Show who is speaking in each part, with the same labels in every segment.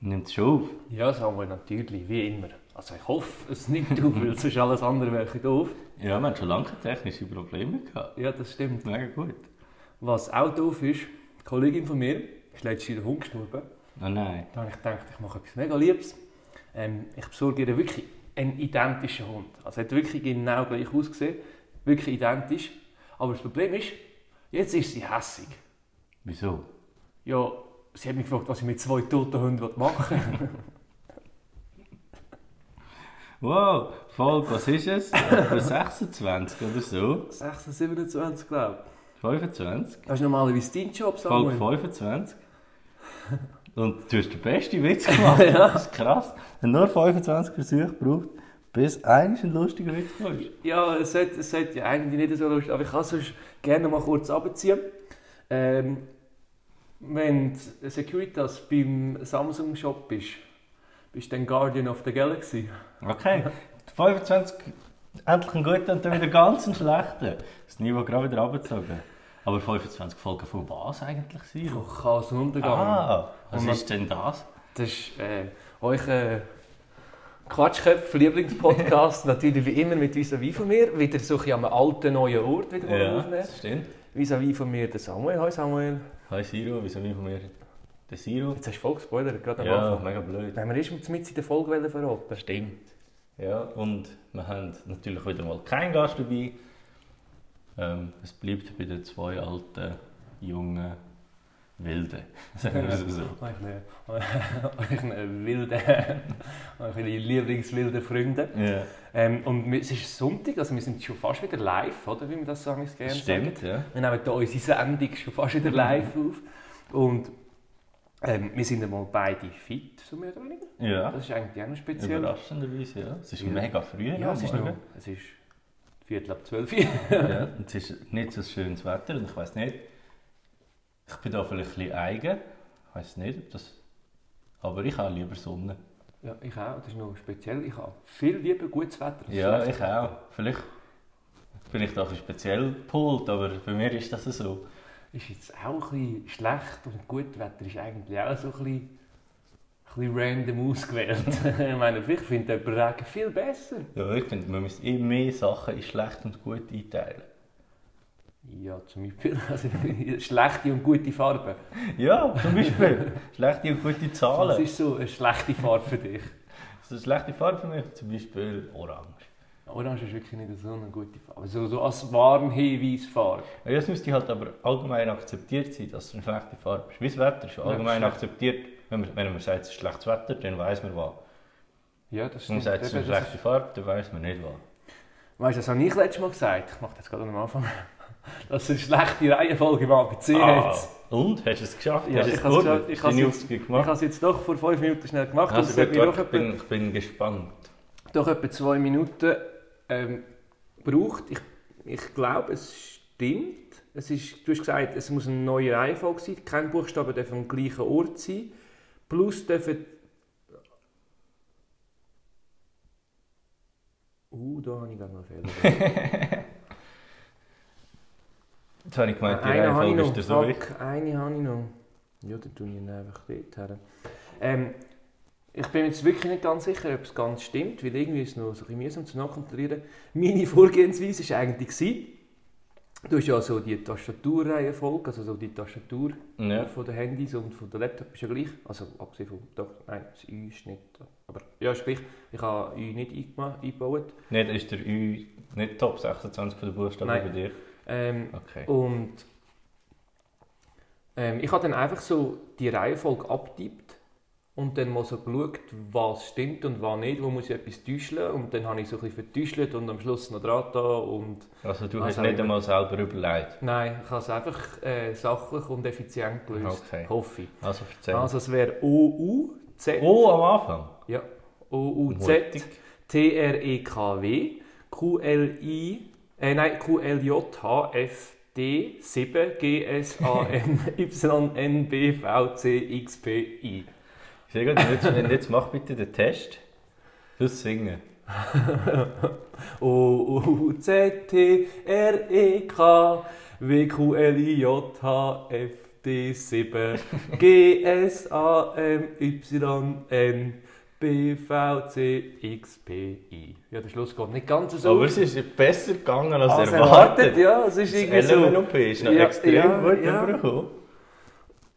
Speaker 1: Nimmt es schon auf?
Speaker 2: Ja, das haben wir natürlich, wie immer. Also ich hoffe, es nimmt auf, weil sonst alles andere wäre doof.
Speaker 1: Ja, wir hatten schon lange keine technische Probleme gehabt.
Speaker 2: Ja, das stimmt.
Speaker 1: Mega gut.
Speaker 2: Was auch doof ist, eine Kollegin von mir ist letztes Jahr den Hund gestorben.
Speaker 1: Oh nein.
Speaker 2: Da habe ich gedacht, ich mache etwas mega Liebes. Ähm, ich besorge ihr wirklich einen identischen Hund. Also er hat wirklich genau gleich ausgesehen, wirklich identisch. Aber das Problem ist, jetzt ist sie hässig.
Speaker 1: Wieso?
Speaker 2: Ja, sie hat mich gefragt, was ich mit zwei toten Hunden machen will.
Speaker 1: Wow, Folge, was ist es? Etwa 26 oder so?
Speaker 2: 26, 27, glaube ich.
Speaker 1: 25?
Speaker 2: Das ist normalerweise dein Job,
Speaker 1: Folge
Speaker 2: Samuel.
Speaker 1: 25? Und du hast den besten Witz gemacht. Das ist krass. Wenn nur 25 Versuche braucht, bis eines ein lustiger Witz kommt.
Speaker 2: Ja, es sollte, es sollte ja eigentlich nicht so lustig aber ich kann es sonst gerne mal kurz runterziehen. Ähm, wenn die Securitas beim Samsung-Shop ist, bist du dann Guardian of the Galaxy.
Speaker 1: Okay, 25, endlich ein guter und dann wieder ganz ein schlechter. Das Niveau gerade wieder runtergezogen. Aber 25 Folgen von was eigentlich? Siro?
Speaker 2: Du kannst runtergehen.
Speaker 1: Ah, was
Speaker 2: Und
Speaker 1: ist denn das?
Speaker 2: Das ist äh, euch äh, Quatschköpf, Lieblingspodcast, natürlich wie immer mit vis-à-vis von mir. Wieder so ein bisschen an einem alten, neuen Ort wieder mal aufnehmen.
Speaker 1: das stimmt.
Speaker 2: Vis-à-vis von mir der Samuel. Hi Samuel.
Speaker 1: Hi Siro, wieso bin ich von mir? Der Siro?
Speaker 2: Jetzt hast du voll gespoilert, gerade am
Speaker 1: Ja,
Speaker 2: Anfang.
Speaker 1: mega blöd.
Speaker 2: Wenn wir erst mit in der Folge wollen verraten
Speaker 1: Stimmt. Ja, und wir haben natürlich wieder mal keinen Gast dabei. Ähm, es bleibt bei den zwei alten, jungen, wilden. Sagen wir
Speaker 2: Äh,
Speaker 1: es so.
Speaker 2: Euren euren wilden, eure lieblingswilden Freunde.
Speaker 1: Ja,
Speaker 2: Ähm, und wir- es ist Sonntag, also wir sind schon fast wieder live, oder? Wie man das so manchmal gerne
Speaker 1: das
Speaker 2: sagt.
Speaker 1: stimmt, ja.
Speaker 2: Wir nehmen hier unsere Sendung schon fast wieder live auf. Und ähm, wir sind einmal beide fit, so mehr oder weniger.
Speaker 1: Ja,
Speaker 2: Das ist eigentlich auch noch speziell.
Speaker 1: überraschenderweise, ja. Es ist
Speaker 2: Ja.
Speaker 1: mega früh.
Speaker 2: Ja, es ist
Speaker 1: am
Speaker 2: noch.
Speaker 1: Morgen.
Speaker 2: Es ist Viertel ab zwölf.
Speaker 1: ja, und es ist nicht so schönes Wetter und ich weiß nicht, ich bin da vielleicht ein bisschen eigen. Ich weiß nicht, ob das... Aber ich habe lieber Sonne.
Speaker 2: ja, ich auch. Das ist noch speziell. Ich habe viel lieber gutes Wetter. als
Speaker 1: Ja,
Speaker 2: schlechtes
Speaker 1: ich
Speaker 2: Wetter.
Speaker 1: auch. Vielleicht bin ich da ein bisschen speziell gepolt, aber bei mir ist das so.
Speaker 2: Ist jetzt auch ein bisschen schlecht und gut Wetter ist eigentlich auch so ein bisschen, ein bisschen random ausgewählt. ich meine, vielleicht findet jemand Regen viel besser.
Speaker 1: Ja, ich finde, man müsste eh mehr Sachen in schlecht und gut einteilen.
Speaker 2: Ja, zum Beispiel also, schlechte und gute Farben.
Speaker 1: Ja, zum Beispiel schlechte und gute
Speaker 2: Das
Speaker 1: Zahlen.
Speaker 2: ist so eine schlechte Farbe für dich.
Speaker 1: Also schlechte Farbe für mich, zum Beispiel orange.
Speaker 2: Orange ist wirklich nicht so eine gute Farbe. Aber so, so als Warnhinweisfarbe.
Speaker 1: Ja, es müsste halt aber allgemein akzeptiert sein, dass es eine schlechte Farbe ist. Wie das Wetter ist allgemein
Speaker 2: Ja,
Speaker 1: akzeptiert. Wenn man, wenn man sagt, es ist schlechtes Wetter, dann weiß man was.
Speaker 2: Ja, das
Speaker 1: Wenn man
Speaker 2: stimmt.
Speaker 1: sagt, es ist eine
Speaker 2: Eben, das
Speaker 1: schlechte Farbe, dann weiß man nicht was.
Speaker 2: ist- Weißt du, das habe ich letztes Mal gesagt. Ich mache das gerade am Anfang. Das ist eine schlechte Reihenfolge im ABC jetzt.
Speaker 1: Ah, und? Hast du es geschafft?
Speaker 2: Ja,
Speaker 1: hast du
Speaker 2: ich
Speaker 1: es
Speaker 2: hab's
Speaker 1: geordnet?
Speaker 2: geschafft. Ich
Speaker 1: Deine
Speaker 2: hab's jetzt-
Speaker 1: Aufzüge
Speaker 2: Ich
Speaker 1: gemacht?
Speaker 2: habe es jetzt doch vor fünf Minuten schnell gemacht. und
Speaker 1: Also
Speaker 2: es hat
Speaker 1: gut,
Speaker 2: mich
Speaker 1: warte,
Speaker 2: doch
Speaker 1: ich,
Speaker 2: etwa,
Speaker 1: bin, ich bin gespannt.
Speaker 2: doch etwa zwei Minuten ähm, gebraucht. Ich, ich glaube, es stimmt. Es ist, du hast gesagt, es muss eine neue Reihenfolge sein. Kein Buchstabe darf am gleichen Ort sein. Plus dürfen. Uh, da habe ich gerade noch einen Fehler.
Speaker 1: Jetzt habe ich gemeint, die
Speaker 2: Eine habe ich
Speaker 1: Reihenfolge
Speaker 2: noch.
Speaker 1: ist dir so wichtig.
Speaker 2: Fuck, eine habe ich noch. Ja, dann tue ich ihn einfach dort her. Ähm, ich bin mir jetzt wirklich nicht ganz sicher, ob es ganz stimmt, weil irgendwie ist es noch so ein bisschen mühsam zu nachkontrollieren. Meine Vorgehensweise war eigentlich, gewesen, du hast ja so die Tastaturreihenfolge, also so die Tastatur
Speaker 1: Ja.
Speaker 2: von den Handys und von den Laptops ist ja gleich. Also abgesehen von, doch, nein, das Ü ist nicht, aber ja, ist gleich. Ich habe Ü nicht eingema- eingebaut.
Speaker 1: Nicht, ist der Ü nicht Top 26 von den Buchstaben
Speaker 2: Nein.
Speaker 1: bei dir?
Speaker 2: Ähm,
Speaker 1: Okay.
Speaker 2: Und ähm, ich habe dann einfach so die Reihenfolge abgetippt und dann mal so geschaut, was stimmt und was nicht, wo muss ich etwas täuschen. Und dann habe ich so ein bisschen vertäuscht und am Schluss noch dran da und
Speaker 1: Also du
Speaker 2: Was
Speaker 1: hast
Speaker 2: auch
Speaker 1: nicht
Speaker 2: immer.
Speaker 1: einmal selber überlegt.
Speaker 2: nein, ich habe es einfach äh, sachlich und effizient gelöst,
Speaker 1: Okay.
Speaker 2: hoffe ich.
Speaker 1: Also erzähl.
Speaker 2: Also es wäre O-U-Z,
Speaker 1: oh, am Anfang?
Speaker 2: ja, O-U-Z,
Speaker 1: Mutig.
Speaker 2: E T-R-E-K-W, Q-L-I, äh, nein, Q-L-J-H-F-D, 7, G-S-A-N-Y-N-B-V-C-X-P-I.
Speaker 1: Sehr gut, und jetzt, und jetzt mach bitte den Test. Du singen.
Speaker 2: E O-U-Z-T-R-E-K, W-Q-L-I-J-H-F-D. D7, G, S, A, M, Y, N, B, V, C, X, P, I. Ja, der Schluss geht nicht ganz so.
Speaker 1: Aber es ist besser gegangen als,
Speaker 2: Als
Speaker 1: erwartet.
Speaker 2: ja. Es ist
Speaker 1: Das
Speaker 2: irgendwie so.
Speaker 1: LMNOP ist noch
Speaker 2: Ja,
Speaker 1: extrem
Speaker 2: ja,
Speaker 1: gut
Speaker 2: ja.
Speaker 1: übergekommen.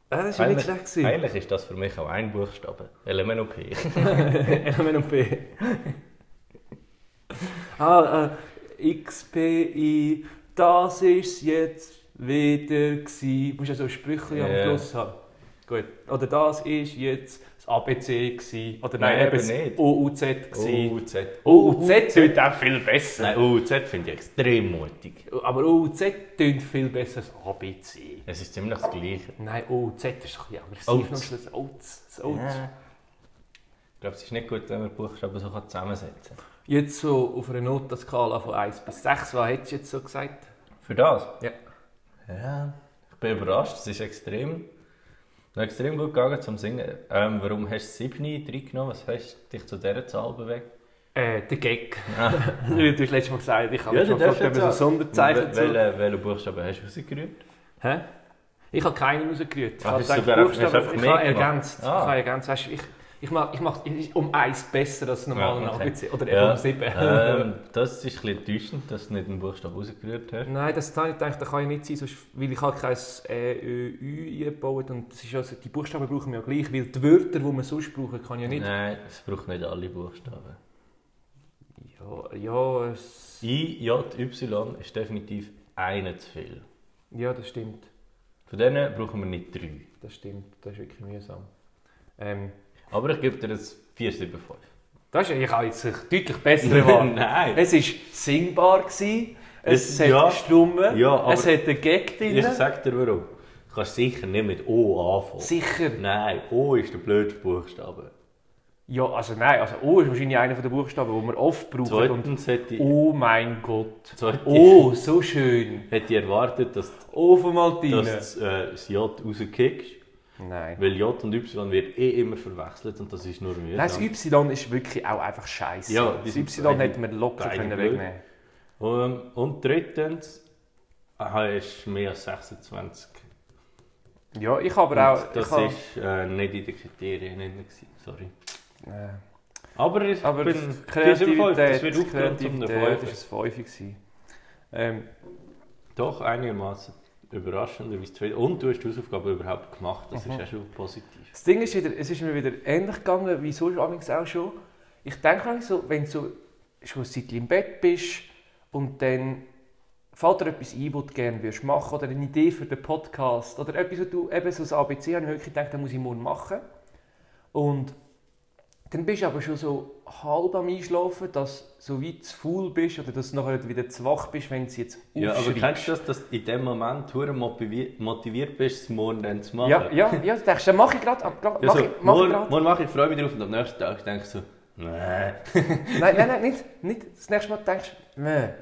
Speaker 2: Ah, das war nicht schlecht. gewesen.
Speaker 1: Eigentlich ist das für mich auch ein Buchstabe. LMNOP.
Speaker 2: M und P. ah, äh, X, P, I, das ist jetzt wieder gsi. Du musst ja so Sprüche
Speaker 1: Ja.
Speaker 2: am Schluss haben. Gut. Oder das ist jetzt das ABC gsi. Oder
Speaker 1: Nein,
Speaker 2: nein, eben Oh.
Speaker 1: eben
Speaker 2: das
Speaker 1: nicht.
Speaker 2: OUZ gsi.
Speaker 1: OUZ.
Speaker 2: OUZ tönt auch viel besser.
Speaker 1: Nein, OUZ finde ich extrem mutig.
Speaker 2: Aber OUZ tönt viel besser als ABC.
Speaker 1: Es ist ziemlich das Gleiche.
Speaker 2: Nein, OUZ ist ein bisschen
Speaker 1: Oz.
Speaker 2: aggressiv. noch so Das Oz. Das Oz.
Speaker 1: Ich glaube, es ist nicht gut, wenn man Buchstaben so zusammensetzen kann.
Speaker 2: Jetzt so auf einer Notenskala von 1 bis 6, was hättest du jetzt so gesagt?
Speaker 1: Für das?
Speaker 2: Ja.
Speaker 1: Ja. Ich bin überrascht, es ist extrem, noch extrem gut gegangen zum Singen. Ähm, warum hast du 7 reingenommen? Was hast dich zu dieser Zahl bewegt?
Speaker 2: Äh, der Gag. Wie du hast letztes Mal gesagt ich habe
Speaker 1: Ja,
Speaker 2: ja, schon
Speaker 1: der
Speaker 2: fast
Speaker 1: darf
Speaker 2: immer so ein
Speaker 1: jetzt
Speaker 2: Sonderzeichen
Speaker 1: Wel-
Speaker 2: zu.
Speaker 1: Welchen welchen Buchstaben hast du rausgerührt?
Speaker 2: Hä? Ich habe keinen rausgerührt. Ich
Speaker 1: Ach,
Speaker 2: habe
Speaker 1: hast du
Speaker 2: gedacht,
Speaker 1: sogar einfach-
Speaker 2: Buchstaben-
Speaker 1: hast du einfach
Speaker 2: ich
Speaker 1: mehr
Speaker 2: habe
Speaker 1: gemacht?
Speaker 2: ergänzt.
Speaker 1: Ah.
Speaker 2: Ich habe ergänzt. Weißt du, ich, ich mache ich mach, ich- um eins besser als normalen
Speaker 1: Ja, okay.
Speaker 2: ABC. Oder eben
Speaker 1: Ja.
Speaker 2: um sieben.
Speaker 1: ähm, das ist ein bisschen enttäuschend, dass du nicht einen Buchstaben rausgerührt hast.
Speaker 2: Nein, das habe ich gedacht, das kann ja nicht sein, sonst, weil ich halt kein «ä», «ö», «ü» eingebaut und das ist also, die Buchstaben brauchen wir ja gleich, weil die Wörter, die wir sonst brauchen, kann ja nicht...
Speaker 1: Nein, es braucht nicht alle Buchstaben.
Speaker 2: Ja, ja, es,
Speaker 1: I, J, Y ist definitiv einer zu viel.
Speaker 2: ja, das stimmt.
Speaker 1: Von denen brauchen wir nicht drei.
Speaker 2: Das stimmt, das ist wirklich mühsam. Ähm,
Speaker 1: Aber ich gebe dir ein 475.
Speaker 2: das ist, ich habe jetzt eine deutlich bessere Wahl.
Speaker 1: Nein!
Speaker 2: es war singbar, gewesen, es,
Speaker 1: Es-
Speaker 2: hat
Speaker 1: ja.
Speaker 2: gestummen,
Speaker 1: Ja, aber-
Speaker 2: es hat einen Gag drin.
Speaker 1: Ich sag dir warum. Du kannst sicher nicht mit O anfangen.
Speaker 2: Sicher.
Speaker 1: Nein, O ist der blödste Buchstabe.
Speaker 2: Ja, also nein, also O ist wahrscheinlich einer der Buchstaben, die wir oft brauchen. Und
Speaker 1: Zweitens hätte ich,
Speaker 2: oh mein Gott.
Speaker 1: zweitens
Speaker 2: Oh, so schön.
Speaker 1: hätte ich erwartet, dass,
Speaker 2: Oh von Maltine.
Speaker 1: dass das, äh, das J rauskickst.
Speaker 2: nein.
Speaker 1: Weil J und Y wird eh immer verwechselt und das ist nur mühsam.
Speaker 2: Nein, das Y ist wirklich auch einfach scheiße.
Speaker 1: Ja, die
Speaker 2: das
Speaker 1: sind
Speaker 2: Y
Speaker 1: beide-
Speaker 2: hätte man locker
Speaker 1: beide
Speaker 2: können
Speaker 1: blöd.
Speaker 2: wegnehmen können.
Speaker 1: Ähm, und drittens hast du mehr als 26.
Speaker 2: Ja, ich habe aber auch...
Speaker 1: Und
Speaker 2: ich
Speaker 1: das
Speaker 2: habe-
Speaker 1: ist äh, nicht in den Kriterien drin. gewesen, Sorry.
Speaker 2: Äh,
Speaker 1: Aber ich
Speaker 2: Aber
Speaker 1: bin
Speaker 2: Kreativität,
Speaker 1: 4,75, das wird aufgenommen zum
Speaker 2: Kreativität
Speaker 1: Erfolg.
Speaker 2: das war ein 5. Ähm,
Speaker 1: Doch einigermaßen überraschenderweise zufrieden. Und du hast die Hausaufgabe überhaupt gemacht, das ist
Speaker 2: Mhm.
Speaker 1: auch schon positiv.
Speaker 2: das Ding ist wieder, es ist mir wieder ähnlich gegangen, wie sonst allerdings auch schon. Ich denke manchmal so, wenn du so schon ein Zeitchen im Bett bist und dann fällt dir etwas ein, was du gerne würdest machen oder eine Idee für den Podcast oder etwas, was du eben so das ABC habe ich wirklich gedacht, das muss ich morgen machen. Und dann bist du aber schon so halb am Einschlafen, dass du so weit zu faul bist oder dass du nachher wieder zu wach bist, wenn du es jetzt
Speaker 1: Ja, also aber
Speaker 2: aufschreibst.
Speaker 1: kennst du das, dass du in dem Moment hure motivi- motiviert bist, es morgen dann zu machen?
Speaker 2: Ja, ja, ja, du denkst, dann mache ich gerade, ah, gra-
Speaker 1: Ja,
Speaker 2: mach
Speaker 1: so,
Speaker 2: ich, mach ich
Speaker 1: morgen,
Speaker 2: gerade.
Speaker 1: morgen mache ich, freue mich drauf und am nächsten Tag denke ich so, nee.
Speaker 2: Nein, nein, nein, nicht, nicht. Das nächste Mal denkst du, «Mäh,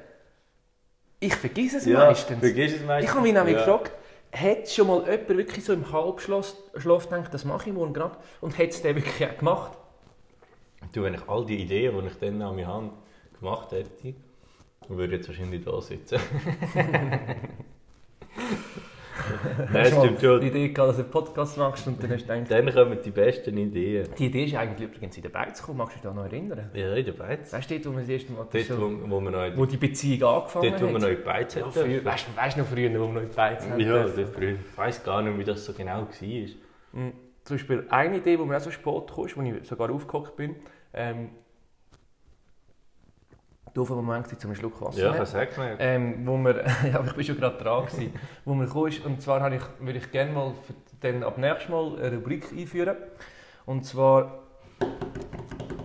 Speaker 2: ich vergesse es
Speaker 1: Ja,
Speaker 2: meistens.
Speaker 1: vergiss es meistens.
Speaker 2: Ich habe mich nämlich
Speaker 1: ja.
Speaker 2: gefragt, hat schon mal jemand wirklich so im Halbschlaf Schlaf gedacht, das mache ich morgen gerade und hat es dann wirklich auch gemacht?
Speaker 1: Du, wenn ich all die Ideen, die ich dann an mir habe, gemacht hätte, würde ich jetzt wahrscheinlich da sitzen. Nein,
Speaker 2: Hast du
Speaker 1: stimmt
Speaker 2: mal
Speaker 1: schon.
Speaker 2: Die Idee gehabt, dass du einen Podcast machst und dann hast du gedacht,
Speaker 1: Dann kommen die besten Ideen.
Speaker 2: die Idee ist eigentlich übrigens in der Beiz gekommen, magst du dich da noch erinnern?
Speaker 1: Ja, in der Beiz.
Speaker 2: Weißt du, dort, wo wir das erste Mal
Speaker 1: Dort,
Speaker 2: so,
Speaker 1: wo, wo wir noch in
Speaker 2: wo die Beziehung angefangen
Speaker 1: dort, wo nou wir
Speaker 2: hat?
Speaker 1: noch in die Beiz
Speaker 2: ja,
Speaker 1: hatten.
Speaker 2: früher, weißt du weißt du noch früher, wo wir noch in die Beiz haben
Speaker 1: Ja,
Speaker 2: dürfen?
Speaker 1: der Brüder. Ich weiß gar nicht, wie das so genau war.
Speaker 2: Zum Beispiel eine Idee, die mir auch so spät kommt, wo ich sogar aufgehockt bin. Ähm, du auf einen Moment gewesen, um einen Schluck Wasser zu
Speaker 1: Ja,
Speaker 2: nehmen.
Speaker 1: was sagt man?
Speaker 2: ähm, wo wir, ja, aber ich bin schon gerade dran gewesen, wo wir gekommen ist, und zwar habe ich, würde ich gerne mal für, dann ab nächstes Mal eine Rubrik einführen. Und zwar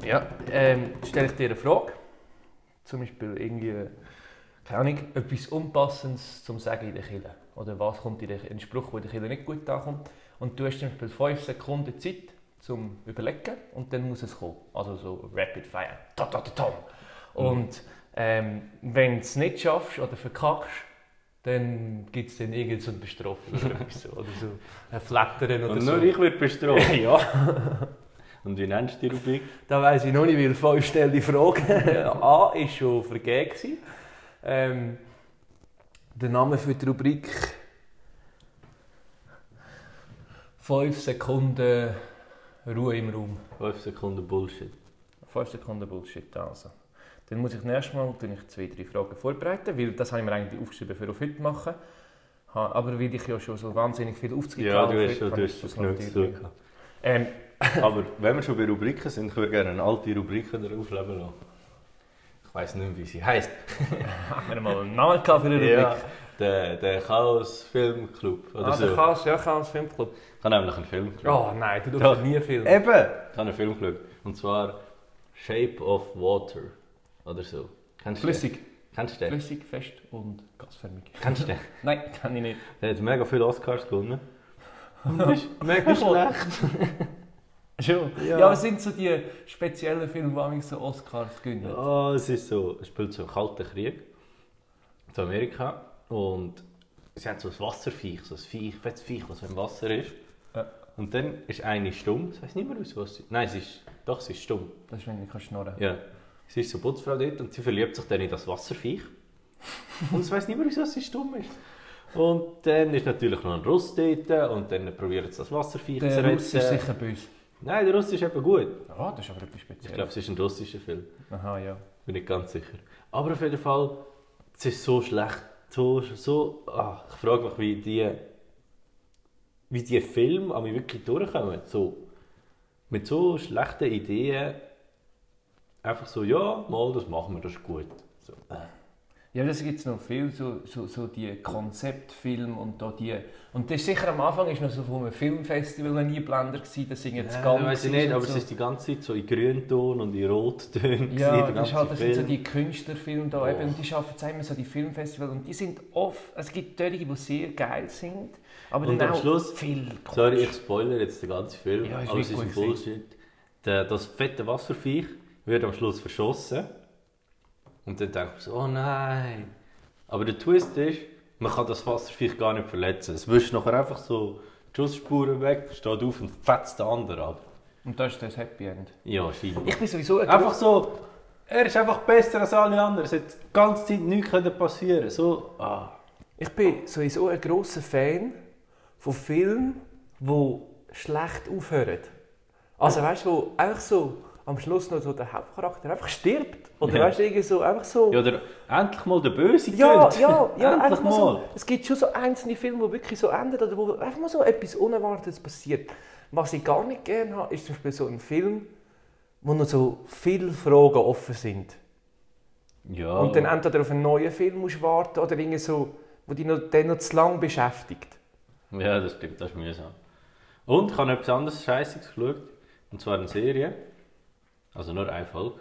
Speaker 2: ja, ähm, stelle ich dir eine Frage, zum Beispiel irgendwie, keine Ahnung, etwas Unpassendes zum Sagen in der Kirche. Oder was kommt in der, ein Spruch, der in der Kirche nicht gut ankommt. Und du hast zum Beispiel 5 Sekunden Zeit zum Überlegen und dann muss es kommen. Also so Rapid Fire. Ta, ta, ta, tam.
Speaker 1: Mhm.
Speaker 2: Und ähm, wenn du es nicht schaffst oder verkackst, dann gibt es dann irgendeine so eine Bestrafung oder etwas so. Oder so ein Flattern oder
Speaker 1: Und
Speaker 2: so.
Speaker 1: nur ich werde bestraft.
Speaker 2: ja,
Speaker 1: Und wie nennst du die Rubrik?
Speaker 2: da weiss ich noch nicht, weil voll stell die Frage. A war schon vergeben. gewesen. Ehm, Ähm, der Name für die Rubrik
Speaker 3: 5 Sekunden Ruhe im Raum.
Speaker 1: 5 Sekunden Bullshit.
Speaker 2: 5 Sekunden Bullshit also. Dann muss ich nächstes Mal tue ich zwei, drei Fragen vorbereiten, weil das habe ich mir eigentlich aufgeschrieben für auf heute machen. Ha- Aber weil ich ja schon so wahnsinnig viel aufzugetragen
Speaker 1: Ja, du
Speaker 2: habe,
Speaker 1: hast schon,
Speaker 2: habe
Speaker 1: du
Speaker 2: ich
Speaker 1: hast schon
Speaker 2: das
Speaker 1: genug
Speaker 2: natürlich
Speaker 1: zu tun gehabt.
Speaker 2: nicht. Ähm,
Speaker 1: Aber wenn wir schon bei Rubriken sind, ich würde gerne eine alte Rubrik wieder aufleben lassen. Ich weiss nicht mehr, wie sie heisst.
Speaker 2: haben wir mal einen Namen gehabt für eine Rubrik?
Speaker 1: Ja, der, der Chaos Filmclub. Oder
Speaker 2: ah,
Speaker 1: so.
Speaker 2: der Chaos, ja, Chaos Filmclub.
Speaker 1: Ich habe nämlich einen Film geschaut.
Speaker 2: Oh nein, du darfst nie Film.
Speaker 1: Eben! Ich habe einen Film geschaut. Und zwvar Shape of Water. Oder so. Kennst du den?
Speaker 2: Flüssig.
Speaker 1: Kennst du den?
Speaker 2: Flüssig, fest und gasförmig.
Speaker 1: Kennst du den?
Speaker 2: Nein, kann ich nicht.
Speaker 1: Der hat mega viele Oscars gewonnen. Und ist mega schlecht.
Speaker 2: Schon. Ja.
Speaker 1: Ja.
Speaker 2: was sind so die speziellen Filme, die manchmal so Oscars gewinnen?
Speaker 1: Ja, Ah, es ist so, es spielt so einen kalten Krieg zu Amerika und sie haben so ein Wasserviech, so ein Viech, fettes Viech, was im Wasser ist.
Speaker 2: Ja.
Speaker 1: Und dann ist eine stumm, ich weiß nicht mehr aus was sie... Nein, sie ist, doch, sie ist stumm.
Speaker 2: Das ist, wenn du nicht schnurren kannst.
Speaker 1: Ja. Sie ist so Putzfrau dort und sie verliebt sich dann in das Wasserviech. Und sie weiß nicht mehr, wieso sie stumm ist. Und dann ist natürlich noch ein Russ dort und dann probiert sie das Wasserviech zu
Speaker 2: Der
Speaker 1: retten.
Speaker 2: Russ ist sicher böse.
Speaker 1: Nein, der Russ ist eben gut.
Speaker 2: Ja, das ist aber etwas Spezielles.
Speaker 1: Ich glaube, es ist ein russischer Film.
Speaker 2: Aha, ja.
Speaker 1: Bin nicht ganz sicher. Aber auf jeden Fall, es ist so schlecht. So, so, ah, ich frage mich, wie die, wie die Filme an mich wirklich durchkommen. So, mit so schlechten Ideen. Einfach so, ja, mal, das machen wir, das ist gut. So, äh.
Speaker 2: Ja, das gibt es noch viel, so, so, so die Konzeptfilme und da die... Und das ist sicher am Anfang ist noch so von einem Filmfestival ein Einblender gewesen, das halt sind jetzt ganz...
Speaker 1: Ja, weiß ich nicht, aber es ist die ganze Zeit so in Grünton und in Rottönen.
Speaker 2: Ja,
Speaker 1: gewesen, der
Speaker 2: das,
Speaker 1: ganze
Speaker 2: ist halt, das sind so
Speaker 1: Film.
Speaker 2: die Künstlerfilme da eben,
Speaker 1: Oh.
Speaker 2: und die arbeiten zusammen so die Filmfestivals und die sind oft... Es gibt solche, die sehr geil sind, aber
Speaker 1: Und
Speaker 2: dann
Speaker 1: am
Speaker 2: auch
Speaker 1: Schluss-
Speaker 2: viel
Speaker 1: Sorry, ich spoilere jetzt den ganzen Film,
Speaker 2: Ja, ist
Speaker 1: aber es ist
Speaker 2: wirklich
Speaker 1: ein
Speaker 2: gut
Speaker 1: Bullshit. Der, das fette Wasserviech wird am Schluss verschossen. Und dann denkt man so, oh nein. Aber der Twist ist, man kann das Wasserviech gar nicht verletzen. Es wischt nachher einfach so die Schussspuren weg, steht auf und fetzt den anderen ab.
Speaker 2: Und das ist das Happy End.
Speaker 1: Ja, scheinbar.
Speaker 2: Ich bin sowieso... ein
Speaker 1: Einfach so, er ist einfach besser als alle anderen. Es hat die ganze Zeit nichts können passieren So, ah.
Speaker 2: Ich bin sowieso ein grosser Fan von Filmen, die schlecht aufhören. Also weißt du, wo einfach so am Schluss noch so der Hauptcharakter einfach stirbt. Oder
Speaker 1: Ja.
Speaker 2: weißt du, irgendwie so einfach so.
Speaker 1: Ja, oder endlich mal der Böse
Speaker 2: ja,
Speaker 1: tönt.
Speaker 2: ja, ja,
Speaker 1: endlich
Speaker 2: einfach mal. So,
Speaker 1: mal.
Speaker 2: es gibt schon so einzelne Filme, die wirklich so enden oder wo einfach mal so etwas Unerwartetes passiert. Was ich gar nicht gerne habe, ist zum Beispiel so ein Film, wo noch so viele Fragen offen sind.
Speaker 1: Ja.
Speaker 2: Und dann entweder auf einen neuen Film musst warten oder irgendwie so, wo dich noch, der noch zu lange beschäftigt.
Speaker 1: Ja, das stimmt, das ist mühsam. Und ich habe noch etwas anderes Scheißiges geschaut. Und zwar eine Serie. Also nur eine Folge.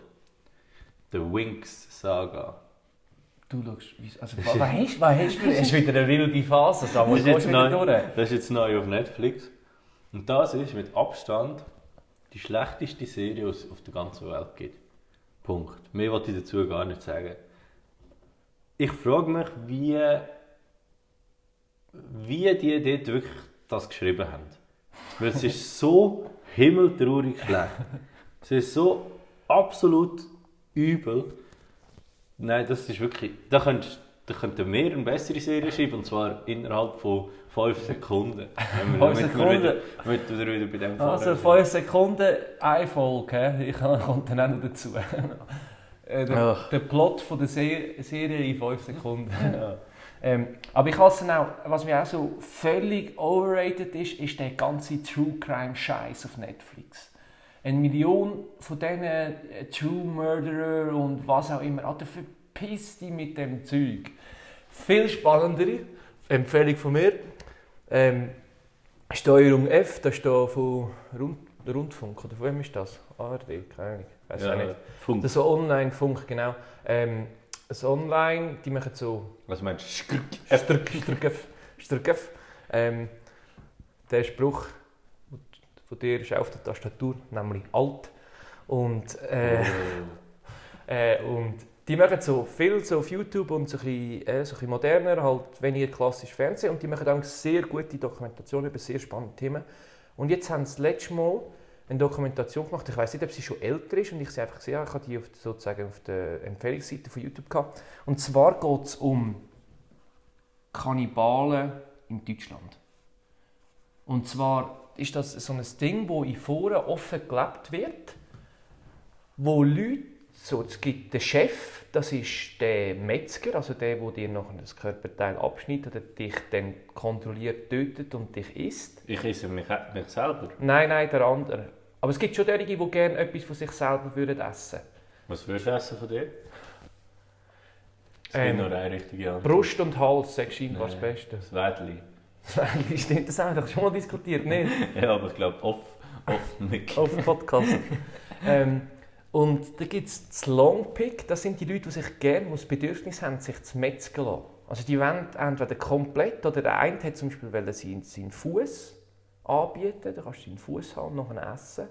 Speaker 1: The Winx Saga.
Speaker 2: Du schaust, also, was, was hast du? Was hast du? Es ist wieder eine wilde Phase, Samuel.
Speaker 1: Das ist, jetzt
Speaker 2: Gehst du wieder
Speaker 1: neu,
Speaker 2: durch?
Speaker 1: das ist jetzt neu auf Netflix. Und das ist mit Abstand die schlechteste Serie, die es auf der ganzen Welt gibt. Punkt. Mehr wollte ich dazu gar nicht sagen. Ich frage mich, wie, wie die dort wirklich das geschrieben haben. Weil es ist so himmeltraurig schlecht. Es ist so absolut übel. Nein, das ist wirklich. Da könntest da könnten wir eine bessere Serie schreiben, und zwar innerhalb von 5 Sekunden. Wenn wir-
Speaker 2: Fünf
Speaker 1: damit wir
Speaker 2: Sekunden.
Speaker 1: wieder- damit wir wieder bei dem
Speaker 3: Also
Speaker 1: Fahren
Speaker 3: fünf Sekunden, eine Folge, hä? ich komme dann auch noch dazu. Äh, der,
Speaker 1: Ach.
Speaker 3: der Plot von der Se Serie in fünf Sekunden.
Speaker 1: sind. Ja.
Speaker 2: Ähm, aber ich hasse auch, was mir auch so völlig overrated ist, ist der ganze True Crime Scheiß auf Netflix. Eine Million von diesen äh, True Murderer und was auch immer. Alter, verpiss dich mit dem Zeug. Viel spannendere Empfehlung von mir. Ähm, Steuerung F, das ist da von Rund Rundfunk, oder von wem ist das? ARD, keine Ahnung, weiß
Speaker 1: Ja,
Speaker 2: auch nicht.
Speaker 1: Funk.
Speaker 2: Das ist so Online-Funk, genau. Ähm, das Online, die machen so
Speaker 1: Was meinst du?
Speaker 2: Strk, Strkef, Strkef. Ähm, der Spruch von dir ist auf der Tastatur, nämlich alt. Und, äh, äh, und die machen so viel so auf YouTube und so ein bisschen, äh, so ein bisschen moderner, halt weniger klassisch Fernsehen. Und die machen dann sehr gute Dokumentationen über sehr spannende Themen. Und jetzt haben sie das letzte Mal eine Dokumentation gemacht. Ich weiß nicht, ob sie schon älter ist. Und ich sie einfach gesehen, habe. ich habe die auf, sozusagen auf der Empfehlungsseite von YouTube gehabt. Und zwar geht es um Kannibalen in Deutschland. Und zwar
Speaker 3: ist das so ein Ding, wo in Foren offen gelebt wird, wo Leute, so, es gibt den Chef, das ist der Metzger, also der, der dir nachher das Körperteil abschneidet oder dich dann kontrolliert tötet und dich isst.
Speaker 1: Ich esse mich, mich selber.
Speaker 3: Nein, nein, der andere. Aber es gibt schon solche, die gerne etwas von sich selber würden essen
Speaker 1: Was würdest du essen von dir? Es
Speaker 3: Ähm,
Speaker 1: gibt nur eine richtige Antwort.
Speaker 3: Brust und Hals, sagst du, was das
Speaker 1: Nein.
Speaker 3: Beste.
Speaker 1: Das Wädli.
Speaker 3: Stimmt, das haben wir doch schon mal diskutiert, nicht?
Speaker 1: Ja, aber ich glaube, off, off nicht.
Speaker 3: auf dem Podcast. ähm, und da gibt es das Longpick, das sind die Leute, die sich gerne, die das Bedürfnis haben, sich zu metzgen lassen. Also die wollen entweder komplett, oder der eine hat zum Beispiel wollen seinen, seinen Fuß anbieten, dann kannst du seinen Fuß haben und nachher essen.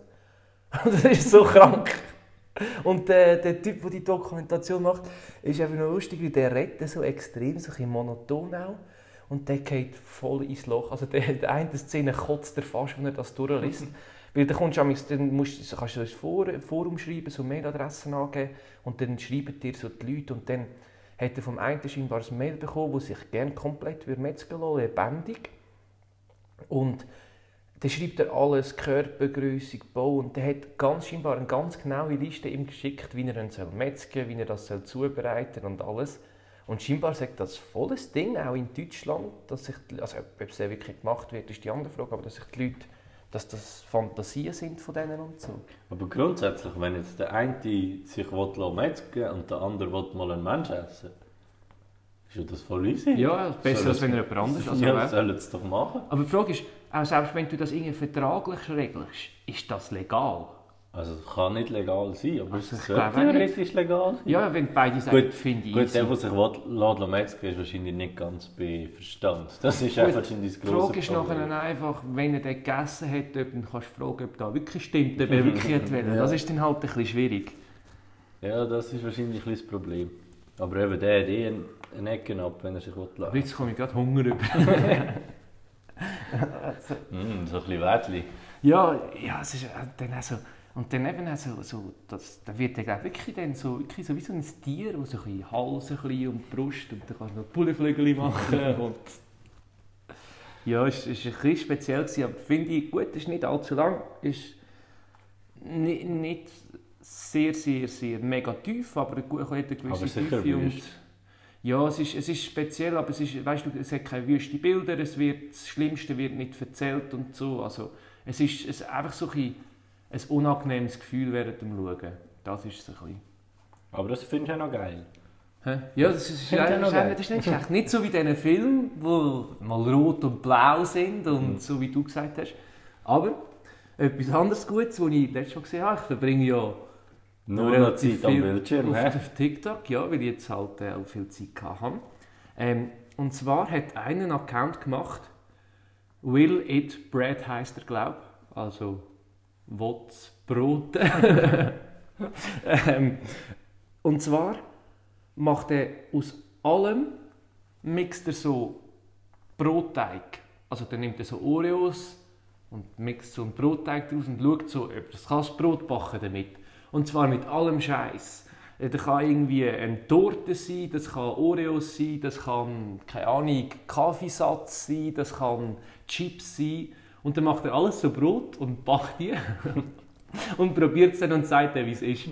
Speaker 3: Und das ist so krank. Und der, der Typ, der die Dokumentation macht, ist einfach nur lustig, weil der redet so extrem, so ein bisschen monoton auch. Und der geht voll ins Loch. Also der, der eine Szene kotzt er fast, wenn er das durchliest. Weil dann, kommst du manchmal, dann musst, du- kannst du das Vor Forum schreiben, so Mailadressen angeben und dann schreiben dir so die Leute und dann hat er vom einen scheinbar ein Mail bekommen, das sich gerne komplett würde metzgen lassen, lebendig. Und dann schreibt er alles, Körpergröße, Bau und der hat ganz scheinbar eine ganz genaue Liste ihm geschickt, wie er ihn soll metzgen soll, wie er das soll zubereiten und alles. Und scheinbar sagt das volles Ding, auch in Deutschland, dass sich, die- also ob ob es dann wirklich gemacht wird, ist die andere Frage, aber dass sich die Leute dass das Fantasien sind von denen und so.
Speaker 1: Aber grundsätzlich, wenn jetzt der eine sich will lassen metzgen und der andere will mal einen Mensch essen, ist ja das voll easy.
Speaker 2: Ja, besser
Speaker 1: Soll
Speaker 2: als
Speaker 1: es-
Speaker 2: wenn er jemand anders also
Speaker 1: ja,
Speaker 2: wer-
Speaker 1: das sollen sie doch machen.
Speaker 2: Aber die Frage ist, auch selbst wenn du das irgendwie vertraglich regelst, ist das legal?
Speaker 1: Also es kann nicht legal sein, aber es
Speaker 2: Also, ich
Speaker 1: sollte
Speaker 2: glaube auch nicht.
Speaker 1: theoretisch legal sein.
Speaker 2: Ja, wenn beide sagen,
Speaker 1: Gut,
Speaker 2: finde ich
Speaker 1: Gut,
Speaker 2: easy.
Speaker 1: der, der sich will, lassen lässt metzgen, ist wahrscheinlich nicht ganz bei Verstand. Das ist einfach wahrscheinlich das
Speaker 2: Die
Speaker 1: grosse
Speaker 2: Frage ist nachher einfach, wenn er den gegessen hat, ob, dann kannst du fragen, ob da wirklich stimmt, ob er wirklich hat wollen. Das ist dann halt ein bisschen schwierig.
Speaker 1: Ja, das ist wahrscheinlich ein bisschen das Problem. Aber eben, der hat eh einen, einen Ecken ab, wenn er sich will
Speaker 2: Aber
Speaker 1: lassen
Speaker 2: jetzt komme ich gerade Hunger über.
Speaker 1: Mm, so ein bisschen Wädli.
Speaker 2: ja, ja, es ist äh, dann auch so... Und dann eben auch so, so das, da wird er glaub, wirklich dann so, wirklich so wie so ein Tier, wo so ein bisschen Hals ein bisschen und Brust und dann kannst du noch Pulleflügel machen und... Ja, es war ein bisschen speziell, gewesen, aber finde ich gut, ist nicht allzu lang, ist nicht, nicht sehr, sehr, sehr mega tief, aber gut, hat eine gewisse
Speaker 1: Aber sicher
Speaker 2: Tiefe und...
Speaker 1: wüst.
Speaker 2: Ja, es ist, es ist speziell, aber es ist, weißt du, es hat keine wüste Bilder, es wird, das Schlimmste wird nicht erzählt und so, also es ist es ist einfach so ein, bisschen ein unangenehmes Gefühl während dem Schauen. Das ist so ein bisschen...
Speaker 1: Aber das findest du auch noch geil.
Speaker 2: Hä? Ja, das ist,
Speaker 1: Findest du
Speaker 2: ja,
Speaker 1: noch
Speaker 2: das
Speaker 1: geil?
Speaker 2: ist, das ist nicht schlecht. Nicht so wie diesen Filmen, wo mal rot und blau sind
Speaker 1: Hm.
Speaker 2: und so wie du gesagt hast. Aber etwas anderes Gutes, das ich letztes Mal gesehen habe, ich verbringe ja
Speaker 1: Nur noch
Speaker 2: relativ
Speaker 1: Zeit am
Speaker 2: viel
Speaker 1: Bildschirm.
Speaker 2: auf,
Speaker 1: hä?
Speaker 2: auf TikTok, ja, weil ich jetzt halt äh, auch viel Zeit hatte. Ähm, und zwar hat einer einen Account gemacht, Will It Bread heisst er, glaube ich. Also, Wotz Brot. ähm, und zwar macht er aus allem mixt er so Brotteig. Also dann nimmt er so Oreos und mixt so einen Brotteig draus und schaut so, ob er das kann das Brot backen damit. Und zwar mit allem Scheiß. Da kann irgendwie eine Torte sein, das kann Oreos sein, das kann, keine Ahnung, Kaffeesatz sein, das kann Chips sein. Und dann macht er alles so Brot und backt die und probiert es dann und sagt dann, wie es ist.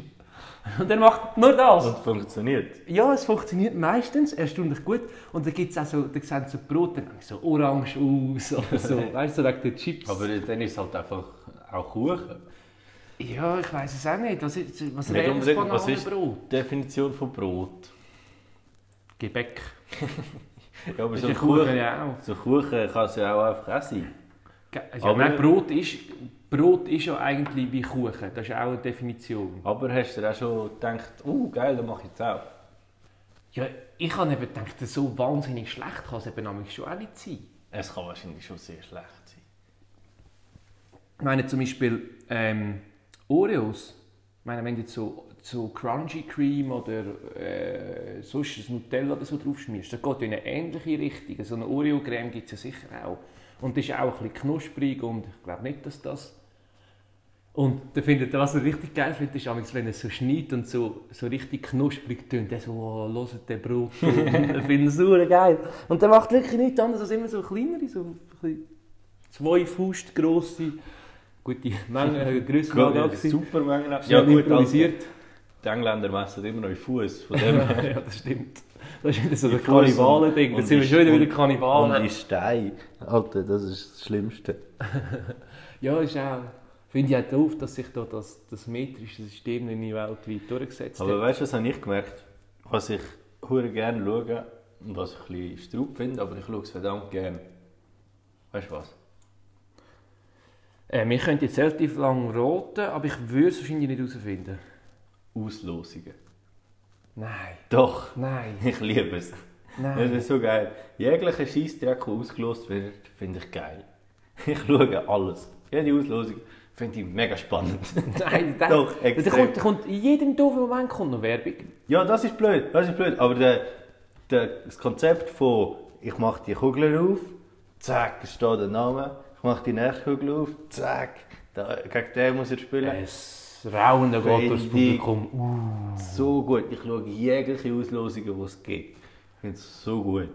Speaker 2: Und er macht nur das.
Speaker 1: Und funktioniert.
Speaker 2: Ja, es funktioniert meistens erstaunlich gut. Und da gibt es auch so, da sehen so Brote dann so orange aus oder so, weißt du, wegen den Chips.
Speaker 1: Aber dann ist es halt einfach auch Kuchen.
Speaker 2: ja, ich weiß es auch nicht. Was, ist, was
Speaker 1: Nicht
Speaker 2: wäre das
Speaker 1: unbedingt, was ist-
Speaker 2: Bananenbrot?
Speaker 1: Definition von Brot.
Speaker 2: Gebäck.
Speaker 1: Ja, aber
Speaker 2: Das
Speaker 1: so
Speaker 2: ist
Speaker 1: ein
Speaker 2: ja Kuchen
Speaker 1: Kuchen,
Speaker 2: ja auch.
Speaker 1: so ein Kuchen kannst du ja auch einfach essen.
Speaker 2: Ge- Ja,
Speaker 1: Aber-
Speaker 2: nein, Brot ist, Brot ist ja eigentlich wie Kuchen. Das ist auch eine Definition.
Speaker 1: Aber hast du dir auch schon gedacht, oh geil, das mache ich jetzt auch.
Speaker 2: Ja, ich habe eben gedacht, so wahnsinnig schlecht kann es eben nämlich schon auch nicht sein.
Speaker 1: Es kann wahrscheinlich schon sehr schlecht sein.
Speaker 2: Ich meine zum Beispiel ähm, Oreos. Ich meine, wenn du jetzt so, so Crunchy Cream oder äh, sonst ein Nutella oder so drauf schmierst, das geht in eine ähnliche Richtung. So eine Oreo-Creme gibt es ja sicher auch. Und das ist auch ein bisschen knusprig und ich glaube nicht, dass das... Und da findet was ich richtig geil finde, ist amigs, wenn es so schneit und so, so richtig knusprig tönt. Dann so, oh, hört den Brot. Ich finde es super geil. Und der macht wirklich nichts anderes als immer so kleinere, so ein bisschen
Speaker 4: zwei Faust grosse, gute Mengen, grösser mal da gewesen.
Speaker 1: Super Menge.
Speaker 4: Schnell improvisiert.
Speaker 1: Die Engländer messen immer noch Fuß. Von dem her.
Speaker 4: ja, das stimmt. Das ist wieder so
Speaker 1: Die
Speaker 4: ein Also Kannibalen-Ding.
Speaker 1: Faust
Speaker 4: Da sind wir
Speaker 1: und-
Speaker 4: schon wieder
Speaker 1: und-
Speaker 4: wieder
Speaker 1: Und
Speaker 4: Kannibalen.
Speaker 1: die Steine. Alter, das ist das Schlimmste.
Speaker 4: Ja,
Speaker 2: dus
Speaker 4: ist auch. Finde ich auch doof, dass sich da das, das metrische System noch nie weltweit durchgesetzt
Speaker 1: Aber
Speaker 4: hat.
Speaker 1: weißt du, was habe ich gemerkt? Was ich hure gerne schaue und was ich ein bisschen straub finde, aber ich schaue es verdammt gerne. Weißt du was?
Speaker 2: Äh, wir könnten jetzt relativ lang roten, aber ich würde es wahrscheinlich nicht herausfinden.
Speaker 1: Auslosungen.
Speaker 2: Nein,
Speaker 1: Doch,
Speaker 2: nein,
Speaker 1: ich liebe es. Das
Speaker 2: nein.
Speaker 1: ist so geil. Jeglicher Scheissdreck, der ausgelost wird, finde ich geil. Ich schaue alles. Jede Auslosung finde ich mega spannend.
Speaker 2: nein da,
Speaker 1: Doch,
Speaker 2: da
Speaker 1: extrem.
Speaker 2: kommt, da kommt, in jedem doofen Moment kommt noch Werbung.
Speaker 1: Ja, das ist blöd, das ist blöd. Aber der, der, das Konzept von, ich mache die Kugel auf, zack, es steht der Name, ich mache die nächste Kugel auf, zack, da, gegen den muss er spielen.
Speaker 2: Äh. Eh, Es Raunen geht
Speaker 1: Wenn
Speaker 2: durchs
Speaker 1: die-
Speaker 2: Publikum. Uh,
Speaker 1: So gut, ich schaue jegliche Auslosungen, die es gibt. Ich finde es so gut.